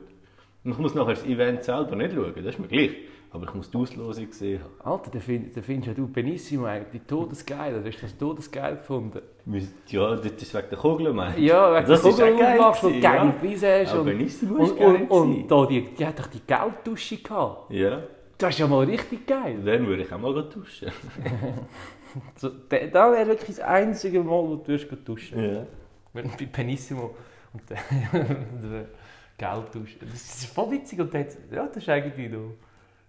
Speaker 1: Und ich muss nachher das Event selber nicht schauen, das ist mir gleich. Aber ich muss die Auslosung gesehen haben.
Speaker 2: Alter, da find- da findest ja du Benissimo eigentlich todesgeil. Oder hast du das todesgeil gefunden?
Speaker 1: Müs- Ja, das ist wegen der Kugel, meinst du?
Speaker 2: Ja, wenn du
Speaker 1: Das
Speaker 2: die
Speaker 1: ist
Speaker 2: Kugel
Speaker 1: auch geil
Speaker 2: aufmachst und
Speaker 1: gewesen,
Speaker 2: geile
Speaker 1: ja.
Speaker 2: Preise hast.
Speaker 1: Aber
Speaker 2: Und,
Speaker 1: nicht
Speaker 2: und,
Speaker 1: so
Speaker 2: und,
Speaker 1: geil
Speaker 2: und
Speaker 1: sein.
Speaker 2: da, die, die hat doch die Gelddusche gehabt.
Speaker 1: Ja,
Speaker 2: Das ist ja mal richtig geil.
Speaker 1: dann würde ich auch mal duschen.
Speaker 2: So, da da wäre wirklich das einzige Mal, wo du würdest gehen duschen
Speaker 1: Ja.
Speaker 2: Wenn du bei Penissimo und der, der Geldtausch. Das ist voll witzig und der, hat- ja, das ist eigentlich noch.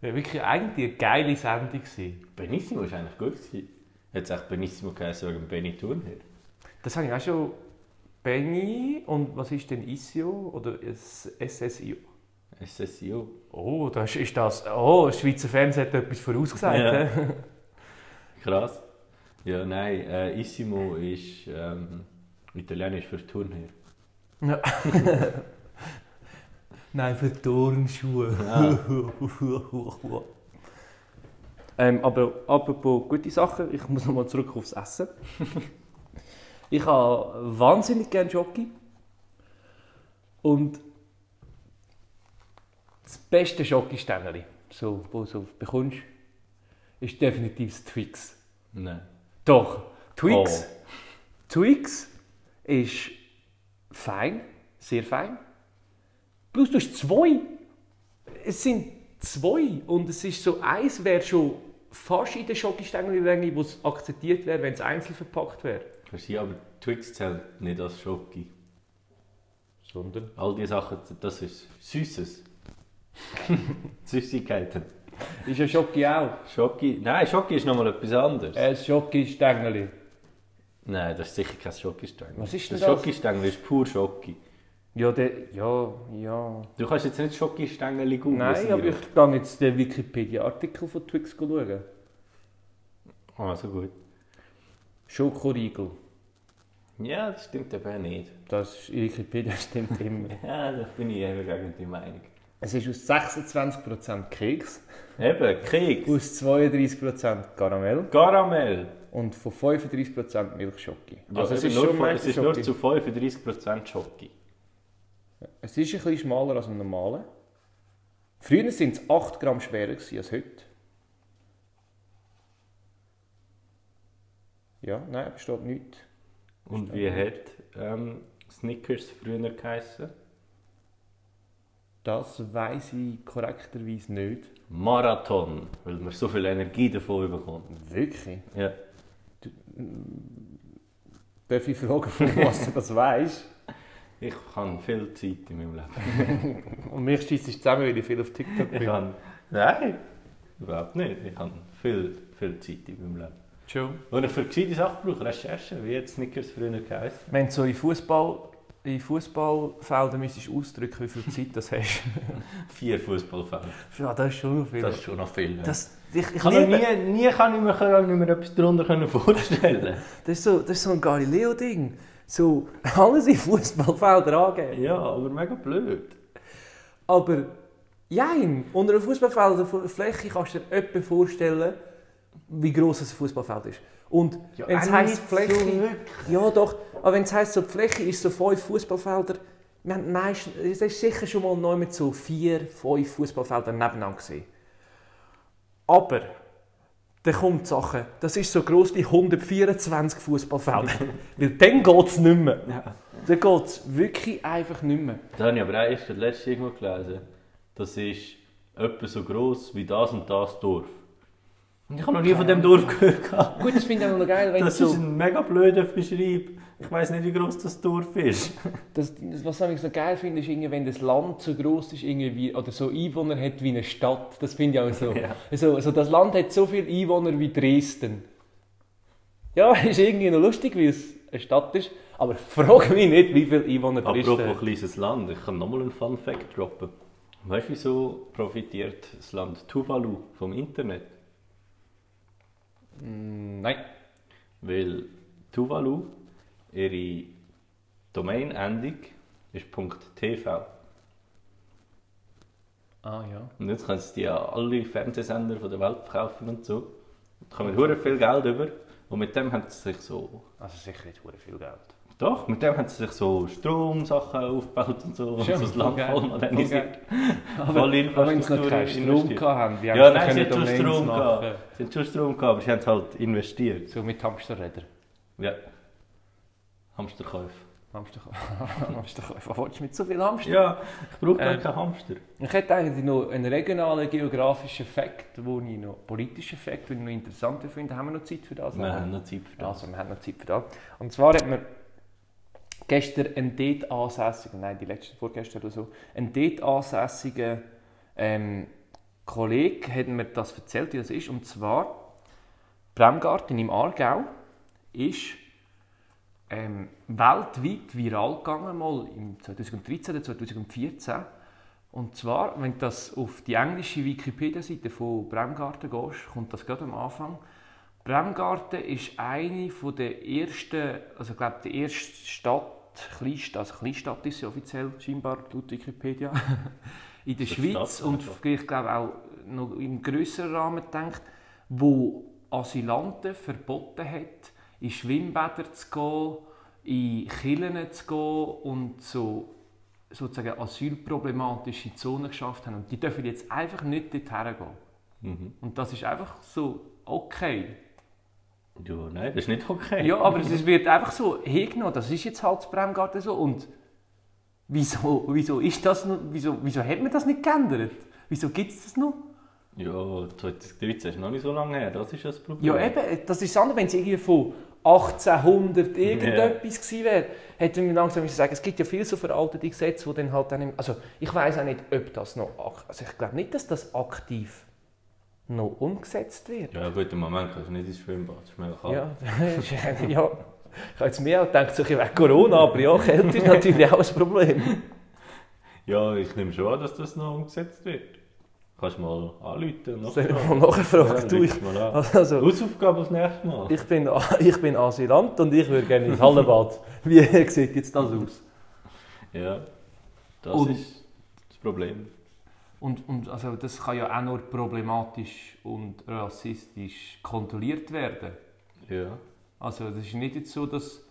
Speaker 2: Ja, wirklich eigentlich eine geile Sendung. Gewesen.
Speaker 1: Benissimo war eigentlich gut. Gewesen. Jetzt echt Benissimo geheißen wegen Benny Turner.
Speaker 2: Das habe ich auch schon. Benny und was ist denn ISIO oder S- SSIO?
Speaker 1: SSIO.
Speaker 2: Oh, das ist das. Oh, das Schweizer Fernsehen hat etwas vorausgesagt.
Speaker 1: Ja.
Speaker 2: hä?
Speaker 1: Krass. Ja, nein, äh, Issimo ist ähm, italienisch für Turner.
Speaker 2: Nein, für Turnschuhe. ähm, aber apropos gute Sachen, ich muss nochmal zurück aufs Essen. ich habe wahnsinnig gerne Jockey. Und das beste Jockey-Stängeli, so, wo du so bekommst, ist definitiv das Twix.
Speaker 1: Nein.
Speaker 2: Doch, Twix. Twix ist fein, sehr fein. Plus du hast zwei. Es sind zwei und es ist so eins wäre schon fast in der Schokostängelmenge, wo es akzeptiert wäre, wenn es einzeln verpackt wäre.
Speaker 1: Verstehe, aber Twix zählt nicht als Schoki.
Speaker 2: Sondern?
Speaker 1: All die Sachen, das ist Süßes. Süßigkeiten.
Speaker 2: Ist ja Schoki auch. Äh,
Speaker 1: Schoki. Nein, Schoki ist nochmal etwas anderes.
Speaker 2: Ein Schokistängeli.
Speaker 1: Nein, das ist sicher kein Schokistängel.
Speaker 2: Was ist denn
Speaker 1: das?
Speaker 2: das?
Speaker 1: Schokistängel ist pur Schoki.
Speaker 2: Ja, der, ja, ja.
Speaker 1: Du kannst jetzt nicht Schokistängel googeln.
Speaker 2: Nein, aber
Speaker 1: Siro.
Speaker 2: ich kann jetzt den Wikipedia-Artikel von Twix schauen.
Speaker 1: Ah, so gut.
Speaker 2: Schokoriegel.
Speaker 1: Ja, das stimmt eben nicht.
Speaker 2: Das Wikipedia stimmt immer.
Speaker 1: Ja, da bin ich eben gegen die Meinung.
Speaker 2: Es ist aus 26% Keks,
Speaker 1: Eben, Keks,
Speaker 2: aus 32% Karamell
Speaker 1: Karamell.
Speaker 2: und von 35% Milchschoki.
Speaker 1: Also es, ist nur, von- es ist nur zu 35% Schoki.
Speaker 2: Es ist ein bisschen schmaler als ein normaler. Früher waren es 8 Gramm schwerer gewesen als heute. Ja, nein, es steht nichts.
Speaker 1: Und wie hat ähm, Snickers früher geheißen?
Speaker 2: Das weiß ich korrekterweise nicht.
Speaker 1: Marathon, weil man so viel Energie davon bekommt.
Speaker 2: Wirklich?
Speaker 1: Ja.
Speaker 2: Darf ich fragen, von was du das weißt?
Speaker 1: Ich habe viel Zeit in meinem Leben.
Speaker 2: Und mich schießt es zusammen, weil ich viel auf TikTok
Speaker 1: Ich
Speaker 2: bin.
Speaker 1: habe, nein, überhaupt nicht. Ich habe viel, viel Zeit in meinem Leben.
Speaker 2: Schon.
Speaker 1: Und ich für gescheite Sachen brauche Recherchen, wie hat Snickers früher geheißen?
Speaker 3: Wenn du so in, Fußball, in Fußballfeldern müsstest ausdrücken, wie viel Zeit das hast.
Speaker 1: Vier Fußballfelder.
Speaker 3: ja, das ist schon noch viel.
Speaker 1: Das ist schon noch viel. ja.
Speaker 3: Das, ich, ich
Speaker 1: Ich kann
Speaker 3: liebe,
Speaker 1: mir nie, nie kann ich mir, kann ich mir etwas darunter können vorstellen.
Speaker 3: das, ist so, das ist so ein Galileo-Ding. So alles in Fußballfeldern angeben.
Speaker 1: ja, aber mega blöd.
Speaker 3: Aber jein, unter einem Fußballfeldfläche kannst du dir etwa vorstellen, wie gross ein Fußballfeld ist. Und
Speaker 1: Ja,
Speaker 3: wenn es
Speaker 1: auch
Speaker 3: heisst
Speaker 1: nicht
Speaker 3: Fläche.
Speaker 1: so wirklich.
Speaker 3: ja, doch. Aber wenn es heisst, so, die Fläche ist so fünf Fußballfelder. Wir haben meistens, es ist sicher schon mal neu mit so vier, fünf Fußballfeldern nebeneinander gesehen. Aber dann kommt die Sache, das ist so groß wie 124 Fußballfelder. Weil dann geht es nicht mehr.
Speaker 2: Dann geht es wirklich einfach nicht mehr.
Speaker 1: Das habe ich aber auch erst letztes irgendwo gelesen. Das ist etwa so gross wie das und das Dorf. Und ich habe noch nie von dem Dorf gehört. gehabt.
Speaker 4: Gut, das finde ich auch noch geil, wenn
Speaker 1: Das
Speaker 4: du
Speaker 1: ist
Speaker 4: so...
Speaker 1: ein mega blöder Beschreib. Ich weiss nicht, wie gross das Dorf ist.
Speaker 4: Das, das, was ich so geil finde, ist, irgendwie, wenn das Land so groß ist irgendwie, oder so Einwohner hat wie eine Stadt. Das finde ich auch so.
Speaker 1: Ja.
Speaker 4: Also, also das Land hat so viele Einwohner wie Dresden. Ja, ist irgendwie noch lustig, weil es eine Stadt ist. Aber frag mich nicht, wie viele Einwohner Dresden
Speaker 1: Apropos
Speaker 4: hat.
Speaker 1: kleines Land, ich kann nochmal einen Fun Fact droppen. Weißt du, wieso profitiert das Land Tuvalu vom Internet?
Speaker 4: Mm, Nein.
Speaker 1: Weil Tuvalu, ihre Domainendung ist .tv.
Speaker 4: Ah ja.
Speaker 1: Und jetzt können sie die an alle Fernsehsender von der Welt verkaufen und so. Da kommen hure viel Geld über. Und mit dem haben sie sich so...
Speaker 2: Also sicher nicht verdammt viel Geld.
Speaker 1: Doch, mit dem haben sie sich so Stromsachen aufgebaut und so. Und so
Speaker 4: Schon,
Speaker 1: das Land
Speaker 4: voll
Speaker 1: voll
Speaker 4: geil,
Speaker 1: modernisiert.
Speaker 4: Aber,
Speaker 1: Voll
Speaker 2: Aber wenn sie noch keinen Strom
Speaker 1: investiert.
Speaker 2: hatten, wie
Speaker 1: Ja,
Speaker 2: haben
Speaker 1: nein, sie
Speaker 2: sie
Speaker 1: hat schon
Speaker 2: können Domains
Speaker 1: Strom
Speaker 2: machen?
Speaker 1: gehabt. Sie hat schon Strom gehabt, aber sie haben es halt investiert.
Speaker 4: so mit Hamsterrädern.
Speaker 1: Ja. Hamsterkauf.
Speaker 2: Hamster Hamsterkäufer. Was willst du mit so viel Hamster?
Speaker 1: Ja, ich brauche
Speaker 4: Ähm.
Speaker 1: gar keinen Hamster.
Speaker 4: Ich hätte eigentlich noch einen regionalen geografischen Fakt, wo ich noch politischen Fakt, den ich noch interessant finde. Haben wir noch Zeit für das?
Speaker 1: Wir haben noch Zeit für das.
Speaker 4: Also, wir haben noch Zeit für das. Und zwar hat man gestern einen dort ansässigen, nein, die letzten vorgestern oder so, einen dort ansässigen ähm, Kollegen hat mir das erzählt, wie das ist. Und zwar, Bremgarten im Aargau ist ähm, weltweit viral gegangen, mal im 2013 oder 2014. Und zwar, wenn du das auf die englische Wikipedia-Seite von Bremgarten gehst, kommt das gerade am Anfang. Bremgarten ist eine von der ersten, also ich glaube, die erste Stadt, Kleinstadt, also Kleinstadt ist sie offiziell scheinbar laut Wikipedia, in der
Speaker 1: Ist eine
Speaker 4: Schweiz
Speaker 1: Stadt,
Speaker 4: und
Speaker 1: also.
Speaker 4: ich glaube auch noch im größeren Rahmen denkt, wo Asylanten verboten hat, in Schwimmbäder zu gehen, in Kirchen zu gehen und so sozusagen asylproblematische Zonen geschafft haben. Und die dürfen jetzt einfach nicht dorthin gehen.
Speaker 1: Mhm.
Speaker 4: Und das ist einfach so okay.
Speaker 1: Ja, nein, das ist nicht okay.
Speaker 4: Ja, aber es wird einfach so hingenommen, das ist jetzt halt das Bremgarten so. Und wieso, wieso ist das noch, wieso, wieso hat man das nicht geändert? Wieso gibt es das noch?
Speaker 1: Ja, 2013 ist noch nicht so lange her, das ist das Problem.
Speaker 4: Ja, eben, das ist das andere, wenn es irgendwie von 1800 irgendetwas gewesen wäre, hätte man langsam müssen sagen, es gibt ja viele so veraltete Gesetze, die dann halt dann, im- also ich weiß auch nicht, ob das noch, ak- also ich glaube nicht, dass das aktiv noch umgesetzt wird.
Speaker 1: Ja, gut, im Moment kannst du nicht ins Schwimmbad, das ist mega kalt.
Speaker 4: Ja, das ist- ja. Ich habe jetzt mehr auch gedacht, so ein bisschen wegen Corona, aber ja, Kälte ist natürlich auch ein Problem.
Speaker 1: Ja, ich nehme schon an, dass das noch umgesetzt wird. Kannst mal anrufen und
Speaker 4: Sollen wir
Speaker 1: nachfragen.
Speaker 4: mal nachfragen? Du, ich,
Speaker 1: ruf mal an.
Speaker 4: also,
Speaker 1: Hausaufgabe aufs nächste Mal.
Speaker 4: ich bin, ich bin Asylant und ich würde gerne ins Hallenbad. Wie sieht jetzt das aus?
Speaker 1: Ja, das
Speaker 4: Und-
Speaker 1: ist das Problem.
Speaker 4: Und, und also das kann ja auch nur problematisch und rassistisch kontrolliert werden.
Speaker 1: Ja.
Speaker 4: Also das ist nicht jetzt so, dass,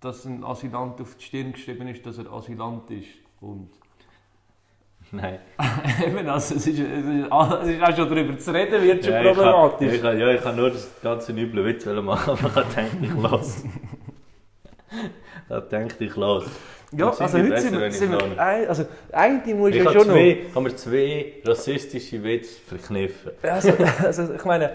Speaker 4: dass ein Asylant auf die Stirn geschrieben ist, dass er Asylant ist. Und
Speaker 1: Nein.
Speaker 4: eben, also es ist, es ist, es ist auch schon darüber zu reden, wird schon
Speaker 1: Ja, ich
Speaker 4: problematisch.
Speaker 1: Kann, ich kann, ja, ich kann nur das ganze üble Witz machen, aber ich habe gedacht, ich lasse. ich habe gedacht, ich lasse.
Speaker 2: Ja,
Speaker 1: Das ist
Speaker 2: also
Speaker 1: nicht
Speaker 2: heute
Speaker 1: besser,
Speaker 2: sind
Speaker 1: wenn
Speaker 2: wir,
Speaker 1: ich
Speaker 2: sind
Speaker 1: gar nicht-
Speaker 2: wir ein- also eigentlich muss
Speaker 1: Ich
Speaker 2: ja
Speaker 1: habe
Speaker 2: schon noch...
Speaker 1: zwei, habe mir zwei rassistische Witze verkniffen.
Speaker 2: Also, also ich meine,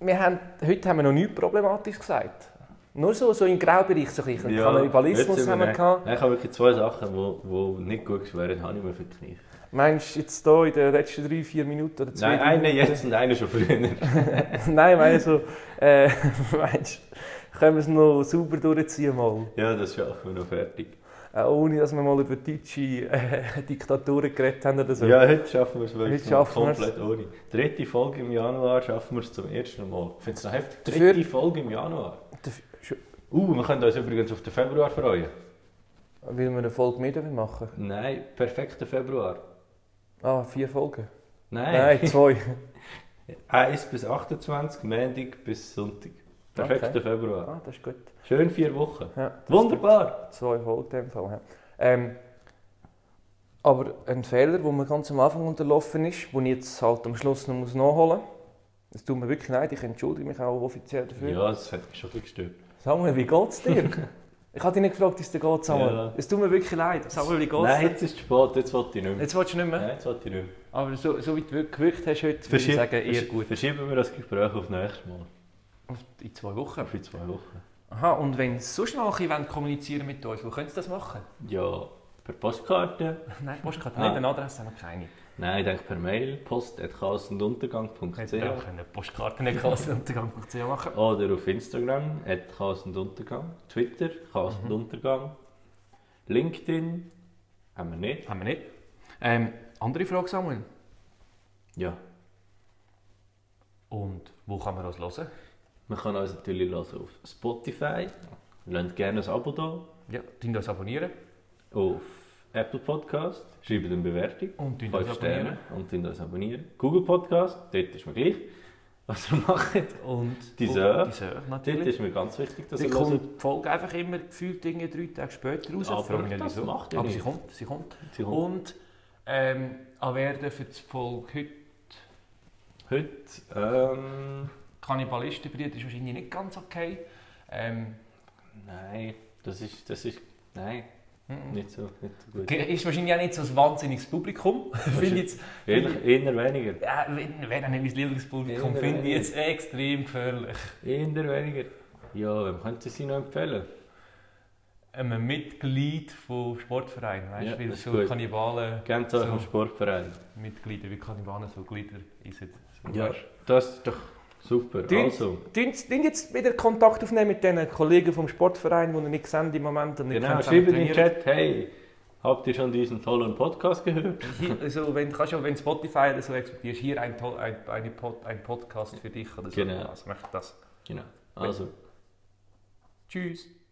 Speaker 2: wir haben, heute haben wir noch nichts Problematisches gesagt. Nur so, so im Graubereich, so ein bisschen
Speaker 1: Ja, jetzt
Speaker 2: Kannibalismus
Speaker 1: sind wir
Speaker 2: haben wir
Speaker 1: nicht-
Speaker 2: gehabt.
Speaker 1: Nein, ich habe wirklich zwei Sachen, die wo, wo nicht gut wären, habe ich mir verkniffen.
Speaker 2: Meinst du jetzt hier in den letzten drei, vier Minuten oder zwei?
Speaker 1: Nein,
Speaker 2: drei
Speaker 1: einen
Speaker 2: Minuten?
Speaker 1: jetzt und einen schon früher.
Speaker 2: Nein, meinst du, äh, meinst du, können wir es noch sauber durchziehen mal?
Speaker 1: Ja, das schaffen wir noch fertig.
Speaker 2: Auch ohne, dass wir mal über deutsche äh, Diktaturen geredet haben oder so.
Speaker 1: Ja, heute schaffen wir es
Speaker 2: Also, Heute
Speaker 1: wirklich noch
Speaker 2: schaffen wir's.
Speaker 1: komplett ohne. Dritte Folge im Januar schaffen wir es zum ersten Mal. Ich finde es noch heftig.
Speaker 2: Dafür-
Speaker 1: Dritte Folge im Januar.
Speaker 2: Dafür- schon-
Speaker 1: Uh, wir können uns übrigens auf den Februar freuen.
Speaker 2: Weil wir eine Folge mehr dürfen machen.
Speaker 1: Nein, perfekter Februar.
Speaker 2: Ah, vier Folgen.
Speaker 1: Nein.
Speaker 2: Nein, zwei.
Speaker 1: 1 bis 28, Montag bis Sonntag. Perfekter
Speaker 2: Okay.
Speaker 1: Februar.
Speaker 2: ah, das ist gut.
Speaker 1: Schön vier Wochen.
Speaker 2: Ja, das
Speaker 1: Wunderbar.
Speaker 2: Zwei Folgen in dem Fall. ja. Ähm, aber ein Fehler, der mir ganz am Anfang unterlaufen ist, den ich jetzt halt am Schluss noch muss nachholen muss,
Speaker 4: Es tut mir wirklich leid, ich entschuldige mich auch offiziell dafür.
Speaker 1: Ja, das hat mich schon ein bisschen gestört.
Speaker 4: Samuel, wie geht's dir? ich habe dich nicht gefragt, wie es dir geht, Samuel.
Speaker 1: Ja.
Speaker 4: Es tut mir wirklich leid. Samuel, wie geht's
Speaker 1: Nein,
Speaker 4: dir?
Speaker 1: jetzt ist es spät, jetzt wollte ich nicht mehr.
Speaker 4: Jetzt willst du nicht mehr.
Speaker 1: Nein, jetzt wollte ich nicht mehr.
Speaker 4: Aber so, so wie du wirklich gewirkt hast heute, würde ich
Speaker 1: Verschieb-
Speaker 4: sagen, eher
Speaker 1: versch-
Speaker 4: gut.
Speaker 1: Verschieben wir das Gespräch auf nächstes Mal.
Speaker 4: In zwei Wochen.
Speaker 1: Für zwei Wochen.
Speaker 4: Aha, und wenn sie sonst noch ein bisschen wollen kommunizieren mit uns, wo können sie das machen?
Speaker 1: Ja, per Postkarte.
Speaker 4: Nein, du gerade
Speaker 1: Ah.
Speaker 4: nicht, eine Adresse haben wir keine.
Speaker 1: Nein, ich denke per Mail. Post at
Speaker 4: Hätten wir auch
Speaker 1: chaosunduntergang.ch
Speaker 4: können Postkarten nicht kassenuntergang.ch machen
Speaker 1: Oder auf Instagram at chaosunduntergang. Twitter chaosunduntergang. LinkedIn haben wir nicht.
Speaker 4: Haben wir nicht. Ähm, Ah, andere Frage, Samuel.
Speaker 1: Ja,
Speaker 4: Und wo kann man uns hören?
Speaker 1: man kann uns natürlich hören auf Spotify. Lasst gerne ein Abo da.
Speaker 4: Ja, tun uns abonnieren.
Speaker 1: Auf Apple Podcast. Schreibt eine Bewertung.
Speaker 4: Und tun uns
Speaker 1: Fünf Sterne
Speaker 4: abonnieren.
Speaker 1: und dann das abonnieren. Google Podcast, dort ist mir gleich, was ihr macht.
Speaker 4: Und
Speaker 1: Die Sir.
Speaker 4: Und Die Sir,
Speaker 1: Dort
Speaker 4: natürlich.
Speaker 1: ist mir ganz wichtig, dass
Speaker 4: Die
Speaker 1: ihr hört.
Speaker 4: kommt die Folge einfach immer gefühlt irgendwie drei Tage später raus.
Speaker 1: Aber
Speaker 4: Ich frage mich nicht,
Speaker 1: das
Speaker 4: wieso.
Speaker 1: macht ihr
Speaker 4: Aber
Speaker 1: nicht.
Speaker 4: sie kommt, sie kommt.
Speaker 1: Sie kommt
Speaker 4: Und ähm, an wer darf jetzt die Folge heute?
Speaker 1: Heute, ähm,
Speaker 4: Kannibalistenbrüder ist wahrscheinlich nicht ganz okay. Ähm,
Speaker 1: nein, das ist, das ist, nein,
Speaker 4: mhm.
Speaker 1: nicht so, nicht so gut.
Speaker 4: ist wahrscheinlich auch nicht so ein wahnsinniges Publikum. Finde ich jetzt,
Speaker 1: Ehrlich, eher weniger,
Speaker 4: ja, wenn, wenn auch nicht mein Lieblingspublikum,
Speaker 1: Ja,
Speaker 4: finde ich
Speaker 1: nein.
Speaker 4: jetzt extrem gefährlich.
Speaker 1: eher weniger. Ja, wem könnt ihr sie noch empfehlen?
Speaker 4: Einem Mitglied vom Sportverein, weißt du,
Speaker 1: Ja,
Speaker 4: weil
Speaker 1: das ist
Speaker 4: so
Speaker 1: gut.
Speaker 4: Kannibalen,
Speaker 1: Gebt euch
Speaker 4: So.
Speaker 1: am Sportverein.
Speaker 4: Mitglieder, wie Kannibalen so Glieder einsetzen.
Speaker 1: Ja, das ist doch super.
Speaker 4: Die-
Speaker 1: Also,
Speaker 4: Dünn jetzt wieder Kontakt aufnehmen mit den Kollegen vom Sportverein, die ihr nicht seht im Moment. Und nicht
Speaker 1: genau,
Speaker 4: könnt
Speaker 1: schreibt in den
Speaker 4: trainieren.
Speaker 1: Chat, hey, habt ihr schon diesen tollen Podcast gehört?
Speaker 4: Hier, also wenn, kannst du, auch, wenn Spotify oder so explodierst, hier ein, Tol- ein, eine Pod, ein Podcast für dich oder so.
Speaker 1: Genau.
Speaker 4: Also mach das.
Speaker 1: Genau, also.
Speaker 4: Tschüss.